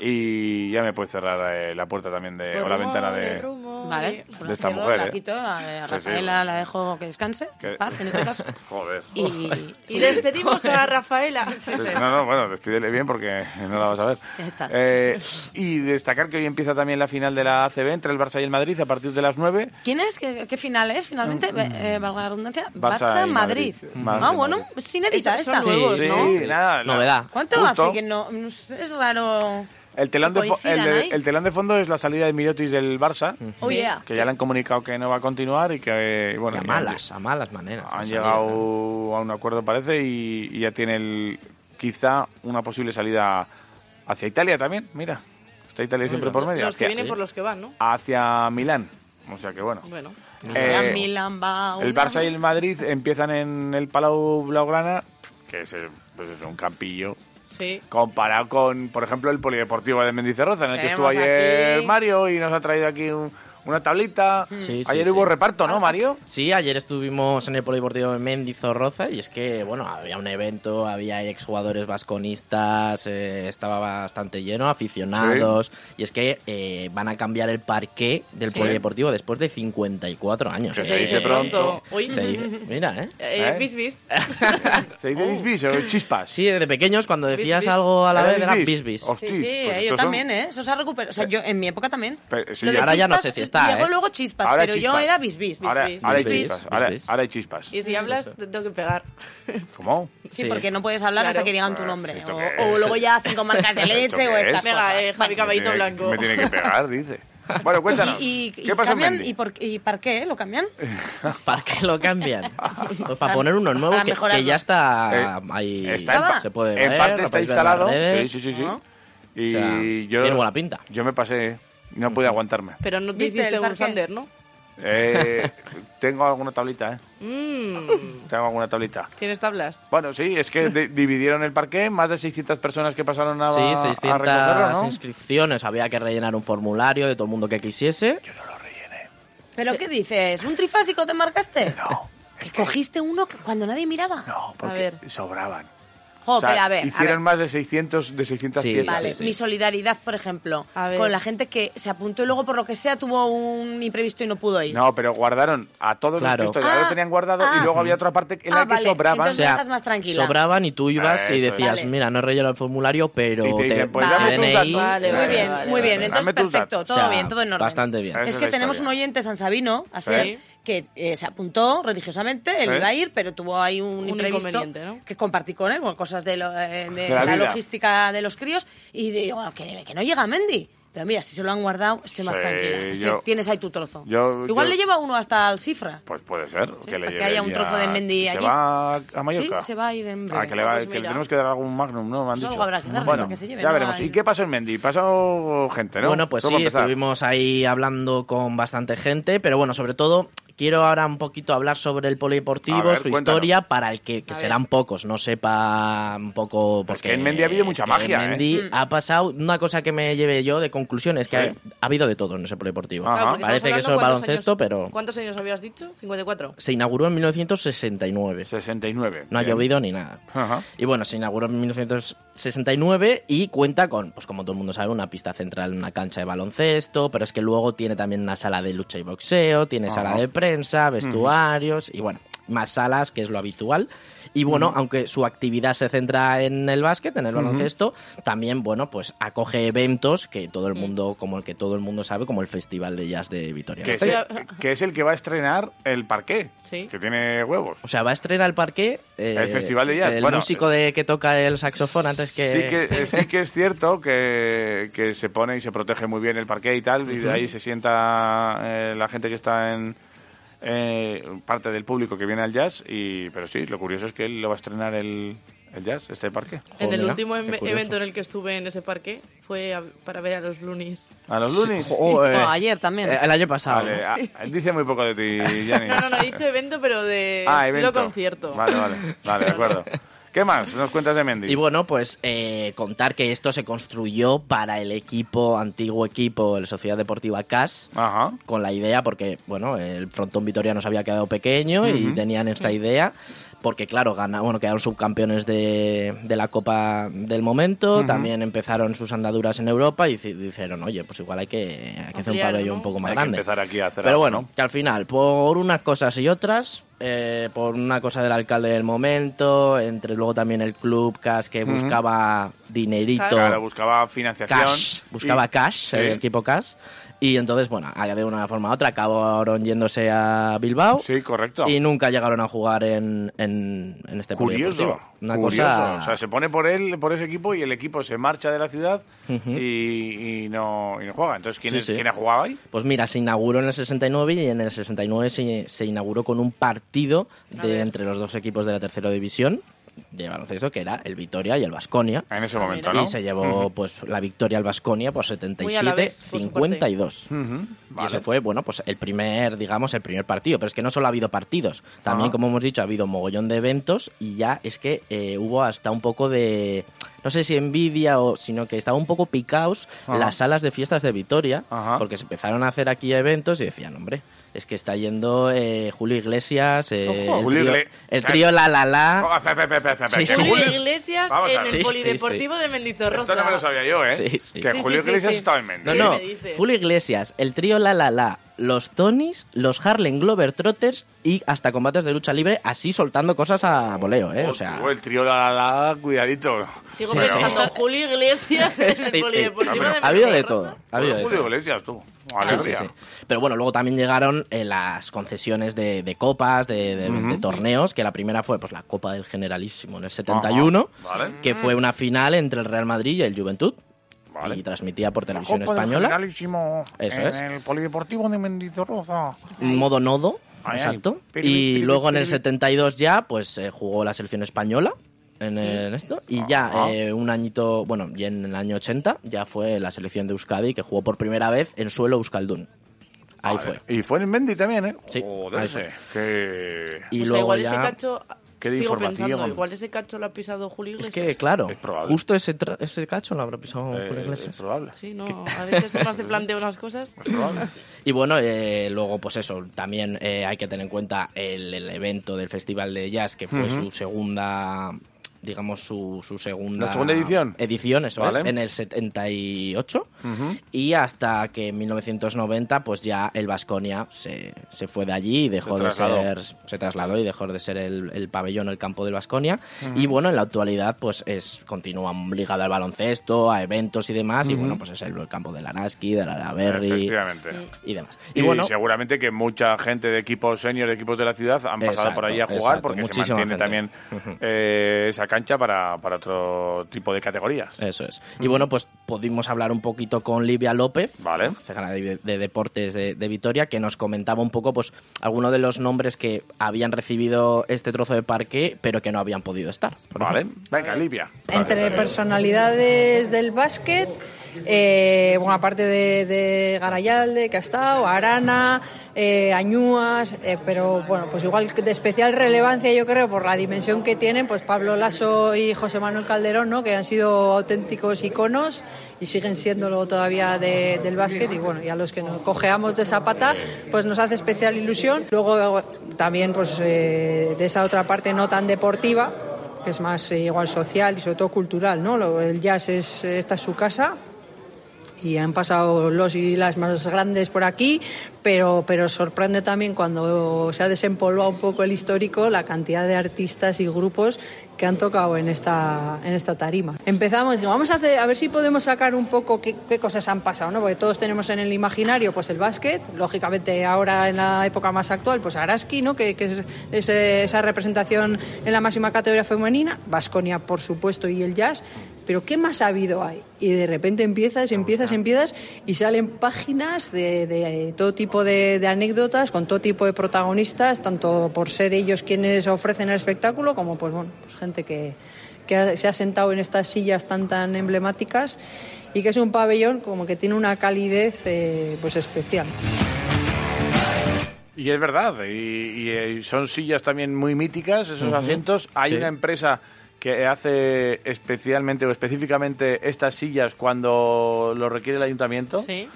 Y ya me puede cerrar eh, la puerta también de, o la ventana de... Vale. De esta Cierro, mujer, La ¿eh? quito, a a Sí, sí. Rafaela la dejo que descanse. que- Paz, en este caso. Joder. Y, Y despedimos a Rafaela. Sí, No, no, bueno, despídele bien porque no la vas a ver. Ya está. Eh, y destacar que hoy empieza también la final de la ACB entre el Barça y el Madrid a partir de las 9. ¿Quién es? ¿Qué, qué final es finalmente? Ve- eh, valga la redundancia. Barça Barça, y Madrid. mm, Madrid. Madrid, ah, Madrid. bueno, es inédita Esos son esta. nuevos. sí, ¿no? nada, nada. Novedad. ¿Cuánto Justo. hace que no? no sé, Es raro. El telón, que de fo- el, coincidan de- ahí? el telón de fondo es la salida de Mirotis del Barça, Oh, yeah. que ya le han comunicado que no va a continuar y que, eh, Y bueno, a ya malas, a malas maneras. han Esa llegado liga. a un acuerdo, parece, y, y ya tiene el, quizá una posible salida hacia Italia también. Mira, está Italia siempre por medio. Los que Hacia, vienen por los que van, ¿no? hacia Milán. O sea que bueno. Bueno. Eh, Milán va El una- Barça y el Madrid empiezan en el Palau Blaugrana, que es, eh, pues es un campillo, Sí. comparado con, por ejemplo, el Polideportivo de Mendizorroza, en el que estuvo Tenemos ayer aquí- Mm. Mario y nos ha traído aquí un- una tablita. Sí, sí, ayer sí. hubo reparto, Ah, ¿no, Mario? Sí, ayer estuvimos en el Polideportivo de Mendizorroza y es que, bueno, había un evento, había exjugadores vasconistas, eh, estaba bastante lleno, aficionados. Y es que eh, van a cambiar el parqué del Sí. Polideportivo después de 54 años. Que Eh, se dice eh, pronto. Uy. se dice- mira, ¿eh? Eh, ¿Eh? Bis, bis. ¿Se dice bisbis o chispas? Sí, desde pequeños cuando decías bis. algo a la ¿Era vez era bisbis? bisbis. Hostia, Sí, sí, pues eh, yo estos son- también, ¿eh? Eso se ha recuperado. O sea, yo en mi época también. Pero, sí, Lo de ahora ya no chispas, sé si está, Llegó ¿eh? luego chispas, ahora hay pero yo chispas. era bisbis. Ahora, ahora hay Bisbis. chispas. Ahora, Bisbis. ahora hay chispas. Y si hablas, te tengo que pegar. ¿Cómo? Sí, Sí. porque no puedes hablar hasta Claro. que digan tu Bueno, nombre. Ah, ¿esto O, qué o es? luego ya cinco marcas de ¿Esto leche qué o estas es? Venga, cosas. eh, Javi Bueno, Me Caballito tiene, Blanco. me tiene que pegar, dice. Bueno, cuéntanos. y, y- y ¿Qué pasó en cambian, Mendy? ¿y, por, ¿Y para qué lo cambian? ¿Para qué lo cambian? Pues para poner uno nuevo para que, mejorarlo. que ya está Eh, ahí. Está en, pa- se puede en ver, parte lo está podéis ver en las instalado. Sí, redes. sí, sí. sí. ¿No? Y O sea, yo, tiene buena pinta. Yo me pasé, no pude aguantarme. Pero no te ¿Viste hiciste el un parqué? Sander, ¿no? Eh, tengo alguna tablita, ¿eh? Mmm. Tengo alguna tablita. ¿Tienes tablas? Bueno, sí, es que di- dividieron el parque, más de 600 personas que pasaron a, Sí, a 600 recogerlo, ¿no? inscripciones. Había que rellenar un formulario de todo el mundo que quisiese. ¿Pero qué dices? ¿Un trifásico te marcaste? No, ¿Que cogiste uno que- cuando nadie miraba? no, porque A ver. sobraban. Jo, O sea, pero a ver, a hicieron ver. más de 600, de 600 Sí, piezas. Vale, sí. mi solidaridad, por ejemplo, A ver. con la gente que se apuntó y luego por lo que sea tuvo un imprevisto y no pudo ir. No, pero guardaron a todos Claro. los que ya lo Ah, tenían guardado y ah. luego había otra parte en la Ah, que vale. sobraban. Entonces me dejas más tranquila. sobraban y tú ibas y Eso es. decías, Vale. mira, no he rellenado el formulario, pero Y te dicen, pues dame DNI". tus datos. Vale, Muy vale, bien, vale, muy bien. vale. Entonces, Dame tus perfecto, datos. todo O sea, bien, todo en orden. bastante bien. Esa Es es que la tenemos un historia. oyente sansabino, así, Sí. que eh, se apuntó religiosamente, él Sí. iba a ir, pero tuvo ahí un, Un imprevisto inconveniente, ¿no? que compartí con él, bueno, cosas de, lo- eh, de la la, vida. logística de los críos, y digo, bueno, que, que no llega Mendy. Pero mira, si se lo han guardado, estoy más Sí, tranquila. Sí, yo- tienes ahí tu trozo. yo- Igual yo- le lleva uno hasta el cifra. Pues puede ser, Sí, que le para que lleve haya un ya- trozo de Mendy ¿Se allí. va a Mallorca? Sí, se va a ir en breve. Ah, que le, va- Pues que le mira. tenemos que dar algún magnum, ¿no? Me han Pues algo dicho. habrá que darle bueno, para que se lleve, ya ¿no? veremos. Al- ¿Y qué pasó en Mendy? Pasó gente, ¿no? Bueno, pues ¿Cómo sí, empezar? estuvimos ahí hablando con bastante gente, pero bueno, sobre todo quiero ahora un poquito hablar sobre el polideportivo, A ver, su cuéntanos. historia, para el que, que A serán pocos, no sepa un poco. Porque que en Mendy ha habido mucha es que magia, en Mendy Mm. ¿eh? ha pasado una cosa que me lleve yo de conclusión es que Sí. ha, ha habido de todo en ese polideportivo. Claro, porque estamos Parece que hablando eso es cuántos baloncesto, años- pero ¿Cuántos años habías dicho? 54. se inauguró en 1969. 69. No ha bien. llovido ni nada. Y bueno, se inauguró en 1969 y cuenta con, pues como todo el mundo sabe, una pista central, una cancha de baloncesto, pero es que luego tiene también una sala de lucha y boxeo, tiene sala Ajá. de prensa, vestuarios y bueno, más salas, que es lo habitual. Y bueno, Ujú. aunque su actividad se centra en el básquet, en el Ujú. baloncesto, también, bueno, pues acoge eventos que todo el mundo, como el que todo el mundo sabe, como el Festival de Jazz de Vitoria. Que es, el, que es el que va a estrenar el parqué, que tiene huevos. O sea, va a estrenar el parqué. eh, El Festival de Jazz, El bueno, músico de, que toca el saxofón antes que. Sí que, eh, sí que es cierto que, que se pone y se protege muy bien el parqué y tal, y Ujú. ahí se sienta eh, la gente que está en eh, parte del público que viene al jazz, y pero sí, lo curioso es que él lo va a estrenar el, el jazz, este parque. en el último em- evento en el que estuve en ese parque fue a- para ver a los Loonies. A los lunes. Joder. Oh, No, ayer también. Eh, el año pasado. Vale, a- dice muy poco de ti, Gianni. No, no, no he dicho evento, pero de Ah, estilo evento. concierto. Vale, vale, vale, de acuerdo. ¿Qué más nos cuentas de Mendy? Y bueno, pues eh, contar que esto se construyó para el equipo, antiguo equipo, la Sociedad Deportiva CAS, con la idea, porque, bueno, el frontón vitoriano se había quedado pequeño y Ujú. tenían esta idea, porque, claro, gana, bueno, quedaron subcampeones de, de la Copa del momento, Ujú. también empezaron sus andaduras en Europa y dici- dijeron, oye, pues igual hay que, hay que hacer un Ampliar, pabellón ¿no? un poco más Hay que grande. empezar aquí a hacer Pero algo, bueno, ¿no? que al final, por unas cosas y otras, eh, por una cosa del alcalde del momento, entre luego también el club CAS que Ujú. buscaba dinerito. Claro, buscaba financiación. Cash, buscaba y- cash, Sí. el equipo cash. Y entonces, bueno, de una forma u otra acabaron yéndose a Bilbao. Sí, correcto. Y nunca llegaron a jugar en, en, en este Curioso, polideportivo. Una curioso. cosa... O sea, se pone por él, por ese equipo y el equipo se marcha de la ciudad Ujú. y, y no, y no juega. Entonces, ¿quién, Sí, es- sí. quién ha jugado ahí? Pues mira, se inauguró en el 69 y en el 69 se, se inauguró con un partido A de ver. entre los dos equipos de la tercera división de baloncesto, que era el Vitoria y el Vasconia. En ese momento, Y ¿no? se llevó Ujú. pues la victoria al Vasconia por Muy a la vez, por su parte. 77-52. Y Vale. ese fue, bueno, pues el primer, digamos, el primer partido. Pero es que no solo ha habido partidos, también, Ajá. como hemos dicho, ha habido mogollón de eventos y ya es que eh, hubo hasta un poco de, no sé si envidia o, sino que estaba un poco picaos Ajá. las salas de fiestas de Vitoria, porque se empezaron a hacer aquí eventos y decían, hombre, es que está yendo eh, Julio Iglesias, eh, Ojo. el, Julio trío, Igle- el trío La La La. Espera, espera, espera, espera, Sí, que sí. Julio- Iglesias Vamos a en ver. el Sí, sí, Polideportivo de Mendizorroza. Esto no me lo sabía yo, ¿eh? Sí, sí. Que Sí, Julio sí, sí, Iglesias sí. estaba en Mendy. No, no, me dices? Julio Iglesias, el trío La La La, los Tonys, los Harlem Globetrotters y hasta combates de lucha libre, así soltando cosas a voleo, ¿eh? O sea, Uy, el trío la, la- cuidadito. Sigo Sí, pensando, Pero- Julio Iglesias en el Sí, sí. Polideportivo No, de pero ha habido de Mendizorroza. todo. Ha habido de Julio todo. Iglesias, tú. Sí, sí, Alegría. sí. Pero bueno, luego también llegaron eh, las concesiones de, de copas, de, de- de Ujú. torneos, que la primera fue pues la Copa del Generalísimo en el 71, Ajá, vale. Mm. que fue una final entre el Real Madrid y el Juventud, y transmitida por televisión española, Generalísimo Eso en es. el Polideportivo de Mendizorroza. modo nodo, Ay, ay. exacto. Piribí, y piribí, luego en el piribí. 72 ya, pues eh, jugó la selección española. En, en esto Ah. y Ajá. ya eh, un añito bueno y en el año 80 ya fue la selección de Euskadi que jugó por primera vez en suelo Euskaldun ahí Vale. fue Y fue en Mendy también, ¿eh? Sí, Joder, ahí fue. ese, que- Y O sea, luego igual ya- ese cacho... Qué Sigo información. pensando, igual ese cacho lo ha pisado Julio Es Iglesias. que, claro, justo ese, tra- ese cacho lo habrá pisado Eh, Julio es Iglesias. probable. Sí, no, a veces uno se plantea unas cosas. Y bueno, eh, luego, pues eso, también eh, hay que tener en cuenta el, el evento del Festival de Jazz, que fue Ujú. su segunda, digamos, su, su segunda... ¿La segunda edición? Edición, eso es, Vale. en el 78. Ujú. Y hasta que en 1990, pues ya el Vasconia se, se fue de allí y dejó Se de trasladó. ser. Se trasladó y dejó de ser el, el pabellón, el campo del Vasconia. Ujú. Y bueno, en la actualidad, pues es continúa ligado al baloncesto, a eventos y demás. Y Ujú. bueno, pues es el, el campo del Araski, del Araberri Efectivamente. y demás. Y, Y, bueno, seguramente que mucha gente de equipos senior, de equipos de la ciudad, han pasado Exacto, por ahí a jugar exacto, porque se muchísima mantiene gente. también eh, esa cancha para, para otro tipo de categorías. Eso es. Y bueno, pues pudimos hablar un poquito con Livia López, vale. concejala de, de Deportes de, de Vitoria, que nos comentaba un poco, pues, algunos de los nombres que habían recibido este trozo de parque, pero que no habían podido estar. Vale. Venga, Livia. Entre personalidades del básquet eh, bueno, aparte de, de Garayalde, que ha estado, Arana, eh, Añúas, eh, pero bueno, pues igual de especial relevancia yo creo por la dimensión que tienen, pues Pablo Lasso y José Manuel Calderón, ¿no? que han sido auténticos iconos y siguen siéndolo todavía de- del básquet y bueno, y a los que nos cojeamos de esa pata, pues nos hace especial ilusión. Luego también pues eh, de esa otra parte no tan deportiva, que es más eh, igual social y sobre todo cultural, ¿no? Lo- El jazz es, eh, esta es su casa, y han pasado los y las más grandes por aquí, pero, pero sorprende también cuando se ha desempolvado un poco el histórico la cantidad de artistas y grupos que han tocado en esta, en esta tarima. Empezamos, dijimos, vamos a, hacer, a ver si podemos sacar un poco qué, qué cosas han pasado, ¿no? porque todos tenemos en el imaginario pues el básquet, lógicamente ahora en la época más actual, pues Araski, ¿no? que, que es, es, eh, esa representación en la máxima categoría femenina, Vasconia por supuesto y el jazz, pero ¿qué más ha habido ahí? Y de repente empiezas, empiezas, empiezas y salen páginas de, de todo tipo de, de anécdotas con todo tipo de protagonistas, tanto por ser ellos quienes ofrecen el espectáculo como pues bueno, pues gente que, que ha- se ha sentado en estas sillas tan tan emblemáticas y que es un pabellón como que tiene una calidez eh, pues especial. Y es verdad, y, y, eh, son sillas también muy míticas, esos Ujú, asientos. Hay sí. una empresa que hace especialmente o específicamente estas sillas cuando lo requiere el ayuntamiento. Sí.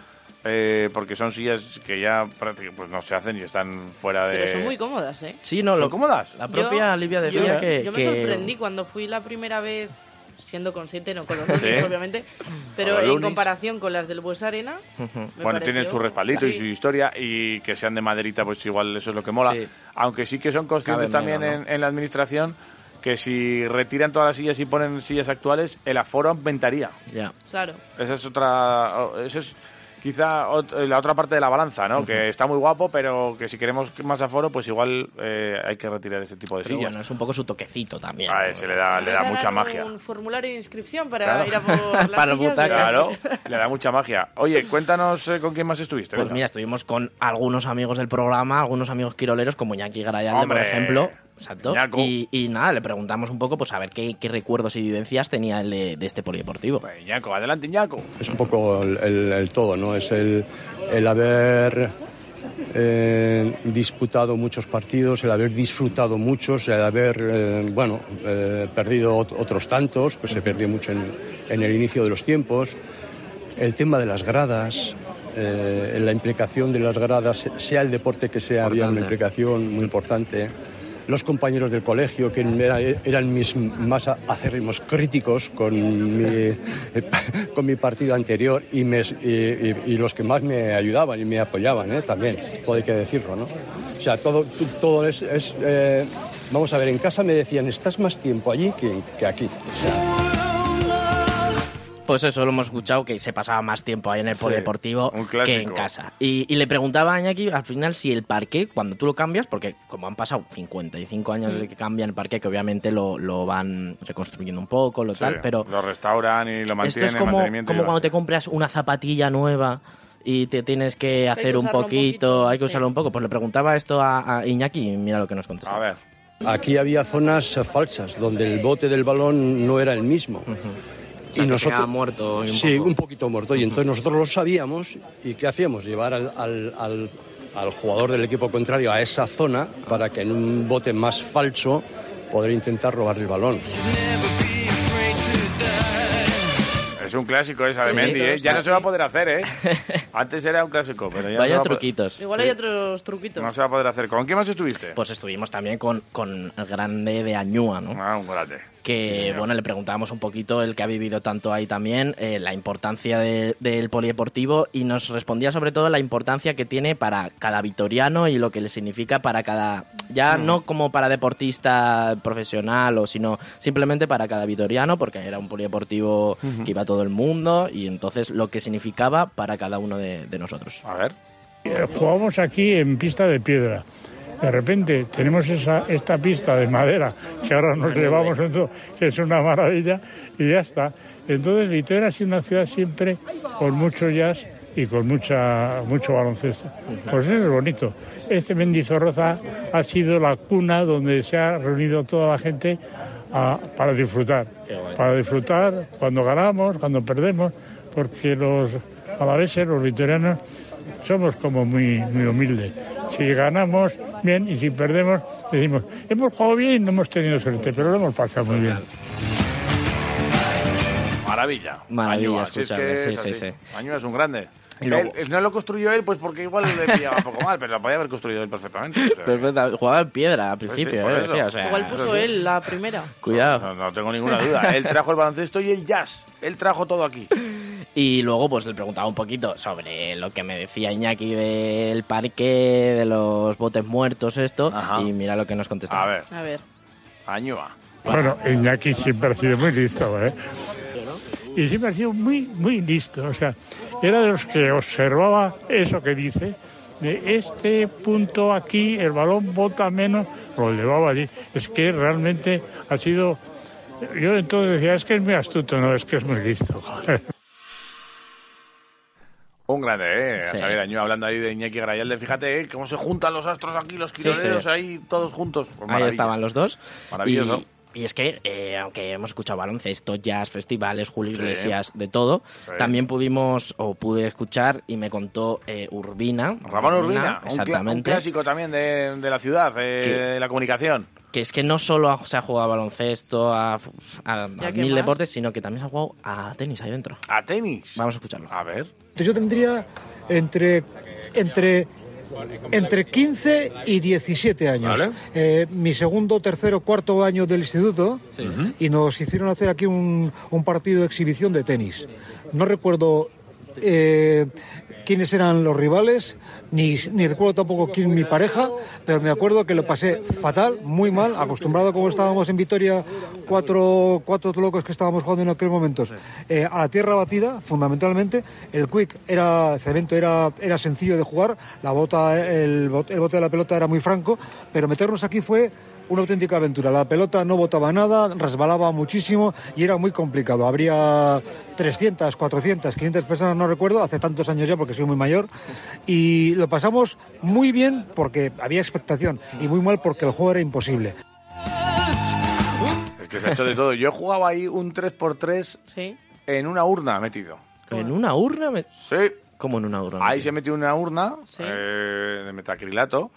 Eh, porque son sillas que ya prácticamente pues, no se hacen y están fuera de... Pero son muy cómodas, ¿eh? Sí, no, ¿Son lo- cómodas? la propia Yo- Livia yo- decía que- Yo me que- sorprendí cuando fui la primera vez, siendo consciente, no con los Sí. lunes, obviamente, pero Con los en lunes. comparación con las del Bues Arena, me bueno, tienen pareció- su respaldito y Sí. su historia y que sean de maderita, pues igual eso es lo que mola. Aunque sí que son conscientes Cabe menos, también en, en la administración que si retiran todas las sillas y ponen sillas actuales, el aforo aumentaría. Ya. Claro. Esa es otra. o- Esa es quizá ot- la otra parte de la balanza, ¿no? Que está muy guapo, pero que si queremos que más aforo, pues igual eh, hay que retirar ese tipo de Pero sillas. bueno, es un poco su toquecito también. A él se le da, le da Harán mucha magia. un formulario de inscripción para Claro. ir a por las sillas de- Claro, le da mucha magia. Oye, cuéntanos eh, con quién más estuviste. Pues venga. mira, estuvimos con algunos amigos del programa, algunos amigos quiroleros, como Iñaki Garayalde, por ¡Hombre! ejemplo. Exacto. Iñaku. Y, y nada, le preguntamos un poco, pues a ver qué, qué recuerdos y vivencias tenía el de, de este polideportivo. Pues, Iñaco, adelante Iñaco. Es un poco el, el- el todo, ¿no? Es el, el haber eh, disputado muchos partidos, el haber disfrutado muchos, el haber, eh, bueno, eh, perdido ot- otros tantos, pues se perdió mucho en, en el inicio de los tiempos. El tema de las gradas, eh, la implicación de las gradas, sea el deporte que sea, había una Importante. implicación muy importante. Los compañeros del colegio, que era- eran mis más a- acérrimos críticos con mi, con mi partido anterior y, me- y- y- y los que más me ayudaban y me apoyaban ¿eh? también, todo hay que decirlo, ¿no? O sea, todo, tu- todo es... es, eh, vamos a ver, en casa me decían, estás más tiempo allí que, que aquí. O sea, Pues eso, lo hemos escuchado, que se pasaba más tiempo ahí en el Sí, polideportivo que en casa. Y, y le preguntaba a Iñaki al final si el parqué, cuando tú lo cambias, porque como han pasado 55 años Mm. desde que cambian el parqué, que obviamente lo, lo van reconstruyendo un poco, lo Sí, tal, pero Lo restauran y lo esto mantienen. es como, mantenimiento y como demás. cuando te compras una zapatilla nueva y te tienes que que hacer un usarlo poquito, un poquito, hay que usarlo un poco. Pues le preguntaba esto a, a Iñaki y mira lo que nos contestó. A ver. aquí había zonas falsas, donde el bote del balón no era el mismo. O sea, que se quedaba muerto un sí, poco. un poquito muerto. Y entonces nosotros lo sabíamos y ¿qué hacíamos? Llevar al, al- al- al jugador del equipo contrario a esa zona para que en un bote más falso poder intentar robar el balón. Es un clásico esa de Sí, Mendy, ¿eh? todos, Ya no sí. se va a poder hacer, ¿eh? Antes era un clásico, pero Vaya ya no se va a poder- truquitos. Igual hay otros truquitos. No se va a poder hacer. ¿Con quién más estuviste? Pues estuvimos también con, con el grande de Añúa, ¿no? Ah, un grande. Sí, Que, señor. bueno, le preguntábamos un poquito, el que ha vivido tanto ahí también, eh, la importancia de- del polideportivo y nos respondía sobre todo la importancia que tiene para cada vitoriano y lo que le significa para cada, ya Mm. no como para deportista profesional o sino simplemente para cada vitoriano porque era un polideportivo Ujú. que iba a todo el mundo y entonces lo que significaba para cada uno de, de nosotros. A ver. Eh, Jugamos aquí en pista de piedra. De repente tenemos esa, esta pista de madera que ahora nos llevamos, dentro, que es una maravilla, y ya está. Entonces, Vitoria ha sido una ciudad siempre con mucho jazz y con mucha, mucho baloncesto. Pues eso es bonito. Este Mendizorroza ha sido la cuna donde se ha reunido toda la gente a- para disfrutar. Qué guay. Para disfrutar cuando ganamos, cuando perdemos, porque los alaveses, los vitorianos, somos como muy, muy humildes. Si ganamos bien y si perdemos, decimos, hemos jugado bien y no hemos tenido suerte, pero lo hemos pasado muy bien. Maravilla. Maravilla Añúa, si es que escucharle, es sí, sí, así. sí. Añúa es un grande. Y luego- Él- él no lo construyó él, pues porque igual le pillaba un poco mal, pero lo podía haber construido él perfectamente. o sea, Perfecta, jugaba en piedra al sí, principio, por eh, eso. decía, o sea, Igual puso él la primera. Cuidado. No, no tengo ninguna duda. Él trajo el baloncesto y el jazz. Él trajo todo aquí. Y luego pues le preguntaba un poquito sobre lo que me decía Iñaki del parque, de los botes muertos, esto, y mira lo que nos contestó. A ver. A ver. Añoa. Bueno, Iñaki siempre ha sido muy listo, ¿eh? Y siempre ha sido muy, muy listo. O sea, era de los que observaba eso que dice, de este punto aquí, el balón bota menos, lo llevaba allí. Es que realmente ha sido... Yo entonces decía, es que es muy astuto, no, es que es muy listo. joder. Un grande, ¿eh? A Sí. saber, Añoa hablando ahí de Iñaki Grayalde. Fíjate ¿eh? cómo se juntan los astros aquí, los Sí, sí. quiroleros ahí, todos juntos. Pues Ahí maravilla. estaban los dos. Maravilloso. Y, y es que, eh, aunque hemos escuchado baloncesto, jazz, festivales, Julio Sí. Iglesias, de todo, Sí. también pudimos o pude escuchar y me contó eh, Urbina. Ramón Urbina, un cla- Un, exactamente. clásico también de, de la ciudad, eh, Sí. de la comunicación. que es que no solo ha- se ha jugado a baloncesto, a, a- a ¿a qué mil más? deportes, sino que también se ha jugado a tenis ahí dentro. ¿A tenis? Vamos a escucharlo. A ver. Yo tendría entre, entre, entre 15 y 17 años. Vale. Eh, mi segundo, tercero, cuarto año del instituto Sí. Ujú. y nos hicieron hacer aquí un, un partido de exhibición de tenis. No recuerdo eh, quiénes eran los rivales, ni, ni recuerdo tampoco quién mi pareja, pero me acuerdo que lo pasé fatal, muy mal, acostumbrado como estábamos en Vitoria, cuatro, cuatro locos que estábamos jugando en aquel momento, eh, a tierra batida, fundamentalmente. El quick era, el cemento era, era sencillo de jugar, la bota, el, bot- el bote de la pelota era muy franco, pero meternos aquí fue una auténtica aventura. La pelota no botaba nada, resbalaba muchísimo y era muy complicado. Habría 300, 400, 500 personas, no recuerdo, hace tantos años ya porque soy muy mayor. Y lo pasamos muy bien porque había expectación y muy mal porque el juego era imposible. Es que se ha hecho de todo. Yo jugaba ahí un 3x3 en una urna metido. ¿En una urna? me- Sí. ¿Cómo en una urna? Ahí se metió una urna eh, de metacrilato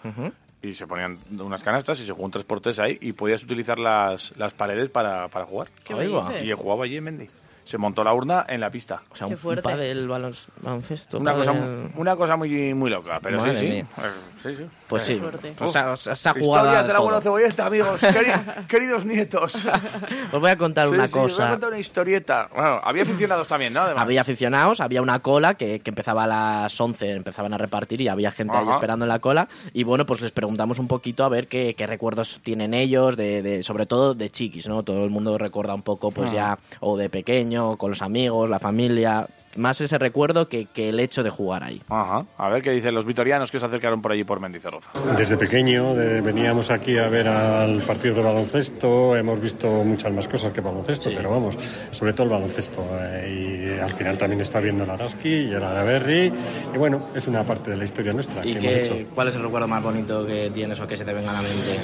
y se ponían unas canastas y se jugó un 3x3 ahí y podías utilizar las, las paredes para, para jugar. ¿Qué me Ahí va. dices? Y yo jugaba allí en Mendy. Se montó la urna en la pista. O sea, un- un pádel, balon- baloncesto. Una cosa, pádel- una cosa muy, muy loca, pero Madre sí, sí. mía. Eh, sí, sí. Pues Eh, sí. fuerte. O sea, o sea, se ha Uf, jugado Historias a del abuelo todo. Cebolleta, amigos. Queri- queridos nietos. Os voy a contar Sí, una sí, os voy a cosa. contar una historieta. Bueno, había aficionados también, ¿no? Además. Había aficionados, había una cola que, que empezaba a las 11, empezaban a repartir y había gente ahí Ajá. esperando en la cola. Y bueno, pues les preguntamos un poquito a ver qué, qué recuerdos tienen ellos, de, de- sobre todo de chiquis, ¿no? Todo el mundo recuerda un poco, pues Ah. ya, o de pequeño, con los amigos, la familia, más ese recuerdo que, que el hecho de jugar ahí. Ajá. A ver qué dicen los vitorianos que se acercaron por allí por Mendizorroza. Desde pequeño eh, veníamos aquí a ver al partido de baloncesto, hemos visto muchas más cosas que baloncesto, pero vamos, sobre todo el baloncesto. eh, y al final también está viendo el Araski y el Araberri, y bueno, es una parte de la historia nuestra ¿Y que hemos qué- hecho. cuál es el recuerdo más bonito que tienes o que se te venga a la mente?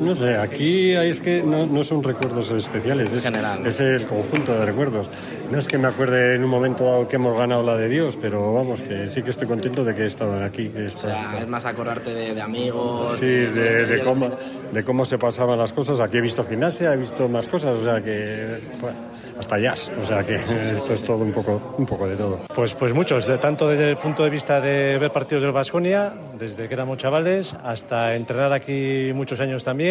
No sé, aquí es que no, no son recuerdos especiales, es, General. es el conjunto de recuerdos. No es que me acuerde en un momento dado que hemos ganado la de Dios, pero vamos, que sí que estoy contento de que he estado aquí. que he O estado- sea, es más acordarte de, de amigos. Sí, de- de, de de- cómo, de cómo se pasaban las cosas. Aquí he visto gimnasia, he visto más cosas, o sea que bueno, hasta jazz, o sea que esto es todo un poco, un poco de todo. Pues, pues muchos, de, tanto desde el punto de vista de ver partidos del Vasconia, desde que éramos chavales, hasta entrenar aquí muchos años también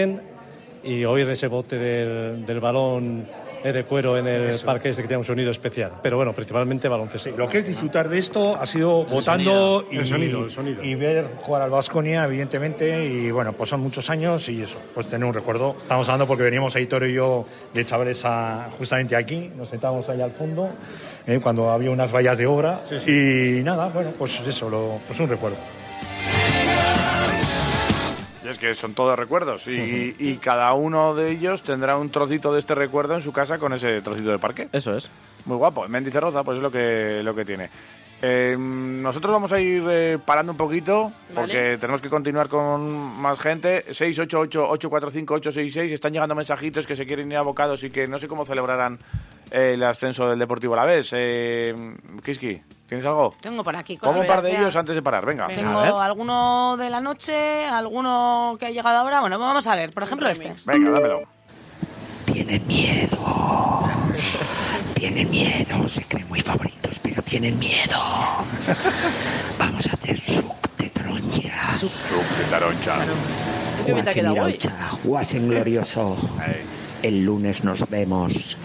y oír ese bote del, del balón eh, de cuero en el Eso. parque este que tiene un sonido especial. Pero bueno, principalmente baloncesto. Lo que es disfrutar de esto ha sido El votando sonido. y, El sonido, el sonido. y ver jugar al Vasconia, evidentemente. Y bueno, pues son muchos años y eso, pues tener un recuerdo. Estamos hablando porque veníamos ahí, Toro y yo, de chavales a- justamente aquí, nos sentábamos ahí al fondo, eh, cuando había unas vallas de obra. Y nada, bueno, pues eso, lo- pues un recuerdo. Y es que son todos recuerdos. Y, y cada uno de ellos tendrá un trocito de este recuerdo en su casa con ese trocito de parque. Eso es. Muy guapo. Mendizorroza, pues es lo que, lo que tiene. Eh, nosotros vamos a ir eh, parando un poquito porque tenemos que continuar con más gente. 688-845-866. Están llegando mensajitos que se quieren ir abocados y que no sé cómo celebrarán eh, el ascenso del Deportivo a la vez. Eh, Kiski, ¿tienes algo? Tengo por aquí cosas. Como un par de gracias. ellos antes de parar. Venga. Tengo alguno de la noche, alguno que ha llegado ahora. Bueno, vamos a ver. Por ejemplo, este. Venga, dámelo. Tienen miedo. Tienen miedo. Se creen muy favoritos, pero tienen miedo. Vamos a hacer suc de taroncha. Suc de taroncha. ¿Qué me te ha Juas en quedado Ironcha, Juas en glorioso. El lunes nos vemos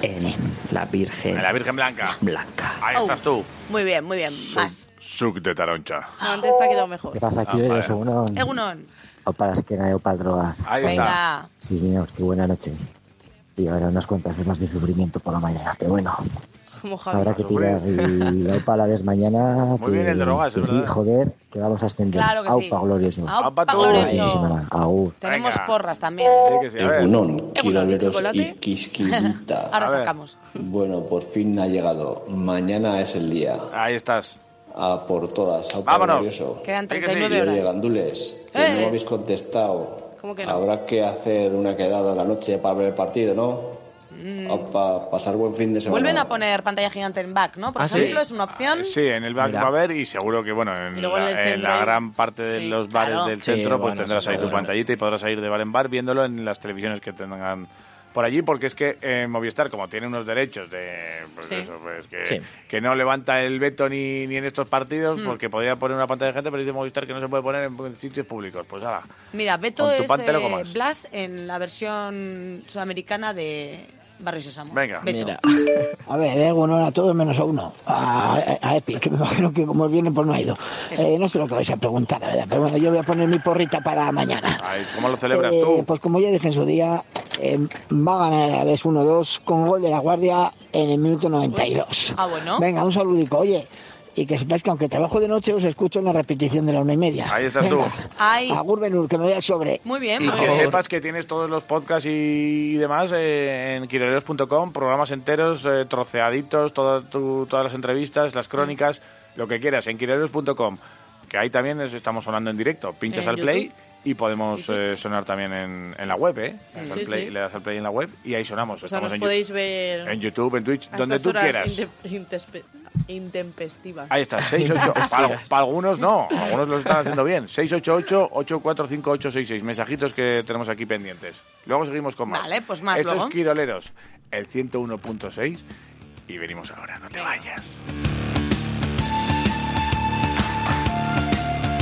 en la Virgen. La Virgen Blanca. Blanca. Ahí estás tú. Muy bien, muy bien. Más. Suc de taroncha. No, antes te ha quedado mejor. ¿Qué pasa, aquí Ah, vale. Egunon. Egunon. O para las que no para drogas. Ahí está. Venga. Sí, señor, qué buena noche. Y ahora unas cuantas más de sufrimiento por la mañana, pero bueno, Como Javi. habrá que tirar. Y aupa la vez mañana. Muy bien que- el drogas, que es Sí, verdad. joder, que vamos a ascender. Claro que sí. Aupa glorioso. Aupa Buen glorioso. fin de semana. Agur. Tenemos porras también. Egunon, y quiroleros chocolate. y quisquillita. Ahora sacamos. Bueno, por fin ha llegado. Mañana es el día. Ahí estás. A por todas. A por Vámonos. glorioso. Quedan Sí que sí. 39 horas. Y oye, gandules, que Eh. no habéis contestado. ¿Cómo que no? Habrá que hacer una quedada a la noche para ver el partido, ¿no? Mm. Para pasar buen fin de semana. Vuelven a poner pantalla gigante en back, ¿no? Por Ah, sí. ejemplo, es una opción. Sí, en el back va a haber y seguro que, bueno, en, Y luego en la, el en centro la hay- gran parte de los bares claro. del Sí, centro, pues bueno, tendrás eso ahí tu seguro. pantallita y podrás ir de bar en bar viéndolo en las televisiones que tengan por allí, porque es que eh, Movistar, como tiene unos derechos de, pues Sí. eso, pues que, Sí. que no levanta el veto ni, ni en estos partidos, Mm. porque podría poner una pantalla de gente, pero dice Movistar que no se puede poner en sitios públicos. Pues ala. Mira, Beto Con tu es pan te lo eh, comas. Blas en la versión sudamericana de Barrio Sésamo. Venga. Beto. Mira. A ver, eh, bueno, a todos menos a uno. A, a Epi, que me imagino que como viene, pues no ha ido. Eh, no sé lo que vais a preguntar, la verdad. Pero bueno, yo voy a poner mi porrita para mañana. Ay, ¿Cómo lo celebras Eh, tú? Pues como ya dije en su día, eh, va a ganar a la vez 1-2 con gol de la Guardia en el minuto 92. Ah, bueno. Venga, un saludico, oye. Y que sepáis que aunque trabajo de noche, os escucho en la repetición de la una y media. Ahí estás tú. Ay. Agur Benur, que me vea sobre. Muy bien, Y muy que bien. sepas que tienes todos los podcasts y demás eh, en quiroleros.com, programas enteros, eh, troceaditos, toda tu- todas las entrevistas, las crónicas, Mm. lo que quieras, en quiroleros.com. Que ahí también es- estamos sonando en directo. Pinchas En al play YouTube. y podemos eh, sonar también en, en la web, ¿eh? Le das, Sí, al play, sí. le das al play en la web y ahí sonamos. O sea, Pues nos estamos en, podéis Yu- ver en YouTube, en Twitch, a donde estas tú horas quieras. intem- intespe- intempestivas. Ahí está, 68. para, para algunos no, algunos lo están haciendo bien. 688-845866. Mensajitos que tenemos aquí pendientes. Luego seguimos con más. Vale, pues más Esto luego. es Quiroleros, el 101.6. Y venimos ahora, no te vayas.